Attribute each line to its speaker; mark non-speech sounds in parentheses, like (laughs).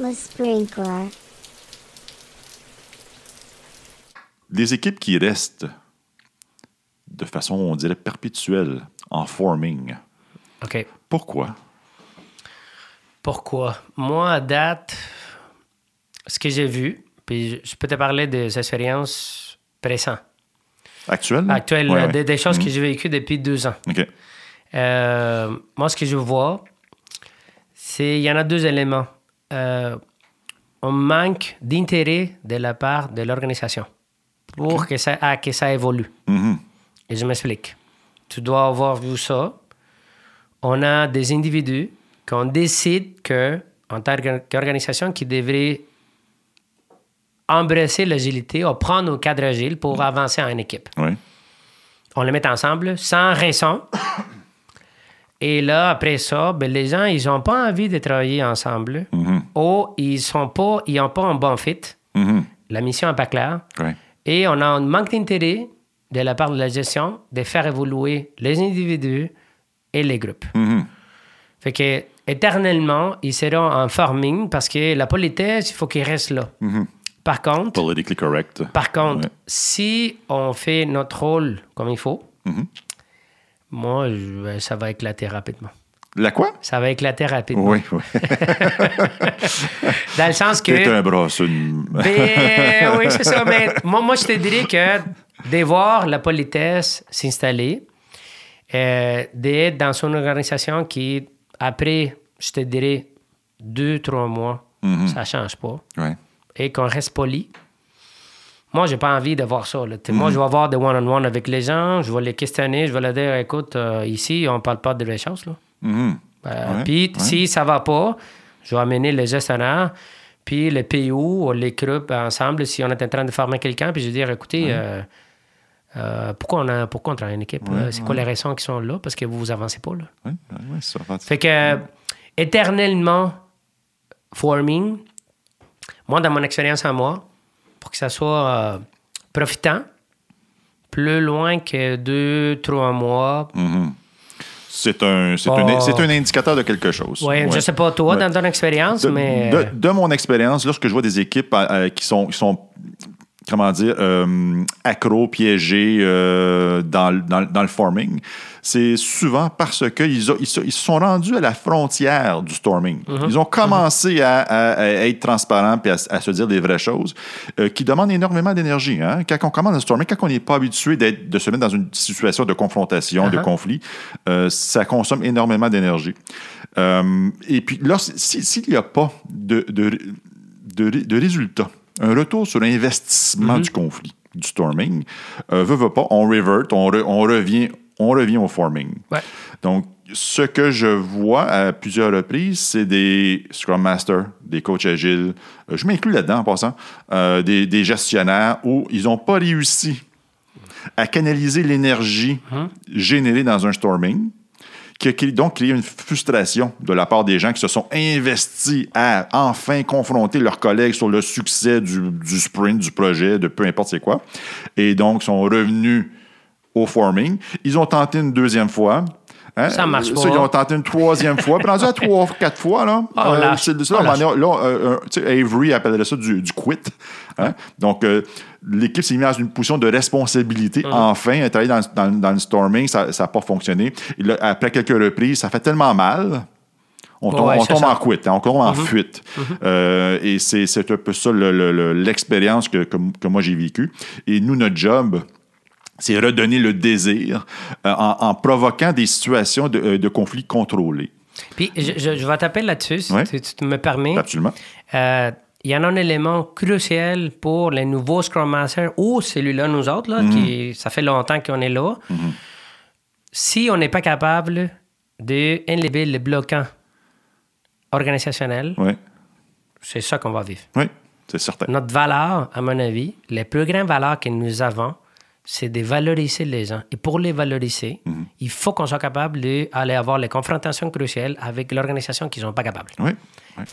Speaker 1: Le sprinkler.
Speaker 2: Les équipes qui restent de façon, on dirait, perpétuelle en forming,
Speaker 3: OK.
Speaker 2: pourquoi?
Speaker 3: Pourquoi? Moi, à date, ce que j'ai vu, puis je peux te parler des expériences récentes,
Speaker 2: Actuel?
Speaker 3: actuelles,
Speaker 2: Mm. Ouais, ouais.
Speaker 3: euh, Des, des choses
Speaker 2: Mhm.
Speaker 3: que j'ai vécues depuis deux ans.
Speaker 2: OK.
Speaker 3: Euh, moi, ce que je vois, c'est il y en a deux éléments. Euh, on manque d'intérêt de la part de l'organisation pour que, ça, à que ça évolue.
Speaker 2: Mhm.
Speaker 3: Et je m'explique. Tu dois avoir vu ça. On a des individus qu'on décide que, en tant qu'orga- qu'organisation, qui devrait embrasser l'agilité ou prendre au cadre agile pour avancer en équipe.
Speaker 2: Oui.
Speaker 3: On les met ensemble
Speaker 2: (coughs)
Speaker 3: sans raison. Et là, après ça, ben, les gens, ils n'ont pas envie de travailler ensemble
Speaker 2: Mhm.
Speaker 3: ou ils n'ont pas, ils ont pas un bon fit.
Speaker 2: Mhm.
Speaker 3: La mission n'est pas claire.
Speaker 2: Ouais.
Speaker 3: Et on a un manque d'intérêt de la part de la gestion de faire évoluer les individus et les groupes.
Speaker 2: Mhm.
Speaker 3: Fait que éternellement, ils seront en farming parce que la politesse, il faut qu'ils restent là.
Speaker 2: Mhm.
Speaker 3: Par contre,
Speaker 2: Politically correct.
Speaker 3: par contre,
Speaker 2: Ouais.
Speaker 3: si on fait notre rôle comme il faut,
Speaker 2: Mhm.
Speaker 3: moi, je- ben, ça va éclater rapidement.
Speaker 2: La quoi?
Speaker 3: Ça va éclater rapidement.
Speaker 2: Oui, oui. (laughs)
Speaker 3: Dans le sens que...
Speaker 2: T'es un brasseux. de-
Speaker 3: (laughs) Ben, oui, c'est ça. Mais moi, moi, je te dirais que de voir la politesse s'installer, euh, d'être dans une organisation qui, après, je te dirais, deux, trois mois,
Speaker 2: Mhm.
Speaker 3: ça change pas
Speaker 2: Ouais.
Speaker 3: et qu'on reste poli. Moi, j'ai pas envie de voir ça. là. T'sais, Moi, je vais avoir des one-on-one avec les gens, je vais les questionner, je vais leur dire écoute, euh, ici, on parle pas de vraies choses. là.
Speaker 2: Mhm.
Speaker 3: Euh,
Speaker 2: Ouais,
Speaker 3: puis
Speaker 2: ouais.
Speaker 3: si ça va pas, je vais amener les gestionnaires, puis le PO, les groupes ensemble, si on est en train de former quelqu'un, puis je vais dire, écoutez, euh, euh, pourquoi, on a, pourquoi on travaille en équipe? là? C'est quoi les raisons qui sont là? Parce que vous vous avancez pas, là.
Speaker 2: Oui, oui, oui, ça va.
Speaker 3: Fait que, éternellement forming, moi, dans mon expérience à moi, pour que ça soit euh, profitant, plus loin que deux, trois mois.
Speaker 2: Mhm. C'est un, c'est un,
Speaker 3: Pas-
Speaker 2: c'est un indicateur de quelque chose.
Speaker 3: Bah. Ouais, Je sais pas toi,
Speaker 2: Ouais.
Speaker 3: dans ton expérience,
Speaker 2: De,
Speaker 3: mais...
Speaker 2: de- de mon expérience, lorsque je vois des équipes euh, qui, sont, qui sont, comment dire, euh, accros, piégés euh, dans, le- dans le- dans le forming, c'est souvent parce qu'ils ils se ils se sont rendus à la frontière du storming. Ils ont commencé à, à- à être transparents et à, s- à se dire des vraies choses, euh, qui demandent énormément d'énergie. hein. Quand on commence à storming, quand on n'est pas habitué d'être- de se mettre dans une situation de confrontation, de
Speaker 3: Uh-huh.
Speaker 2: conflit, euh, ça consomme énormément d'énergie. Euh, et puis, lors- si- s'il n'y a pas de, de, de, de résultat, un retour sur l'investissement du conflit, du storming, euh, veut, veut pas, on revert, on, re- on revient, on revient au forming.
Speaker 3: Ouais.
Speaker 2: Donc, ce que je vois à plusieurs reprises, c'est des Scrum Masters, des coachs agiles, euh, je m'inclus là-dedans en passant, euh, des, des gestionnaires où ils n'ont pas réussi à canaliser l'énergie
Speaker 3: Hein?
Speaker 2: générée dans un storming, qui a créé- donc créé une frustration de la part des gens qui se sont investis à enfin confronter leurs collègues sur le succès du, du sprint, du projet, de peu importe c'est quoi, et donc sont revenus au forming. Ils ont tenté une deuxième fois. Hein?
Speaker 3: Ça marche pas.
Speaker 2: ils ont tenté une troisième fois. Puis rendu à trois, quatre fois, là, euh,
Speaker 3: Ah, on lâche.
Speaker 2: c'est- c'est là,
Speaker 3: On
Speaker 2: à un moment
Speaker 3: lâche.
Speaker 2: donné, là, euh, euh, tu sais, Avery appellerait ça du, du quit. hein. Donc, euh, l'équipe s'est mise dans une position de responsabilité.
Speaker 3: Mm.
Speaker 2: Enfin, elle a travaillé dans, dans- dans le storming, ça n'a pas fonctionné. Et là, après quelques reprises, ça fait tellement mal. On tombe,
Speaker 3: Ouais,
Speaker 2: on
Speaker 3: c'est
Speaker 2: tombe
Speaker 3: ça. Mhm.
Speaker 2: en quit, hein, on tombe en fuite. Euh, et c'est c'est un peu ça le- le- le- l'expérience que, que, que moi j'ai vécue. Et nous, notre job, c'est redonner le désir euh, en, en provoquant des situations de, euh, de conflit contrôlés.
Speaker 3: Puis je, je, je vais taper là-dessus, si
Speaker 2: Ouais.
Speaker 3: tu, tu me permets.
Speaker 2: Absolument.
Speaker 3: Euh, Il y en a un élément crucial pour les nouveaux Scrum Masters ou celui-là, nous autres, là, qui, ça fait longtemps qu'on est là. Si on n'est pas capable d'enlever le bloquant organisationnel,
Speaker 2: Oui,
Speaker 3: c'est ça qu'on va vivre.
Speaker 2: oui, c'est certain.
Speaker 3: Notre valeur, à mon avis, les plus grandes valeurs que nous avons, c'est de valoriser les gens. Et pour les valoriser, il faut qu'on soit capable d'aller avoir les confrontations cruciales avec l'organisation qui ne sont pas capables.
Speaker 2: Oui, oui.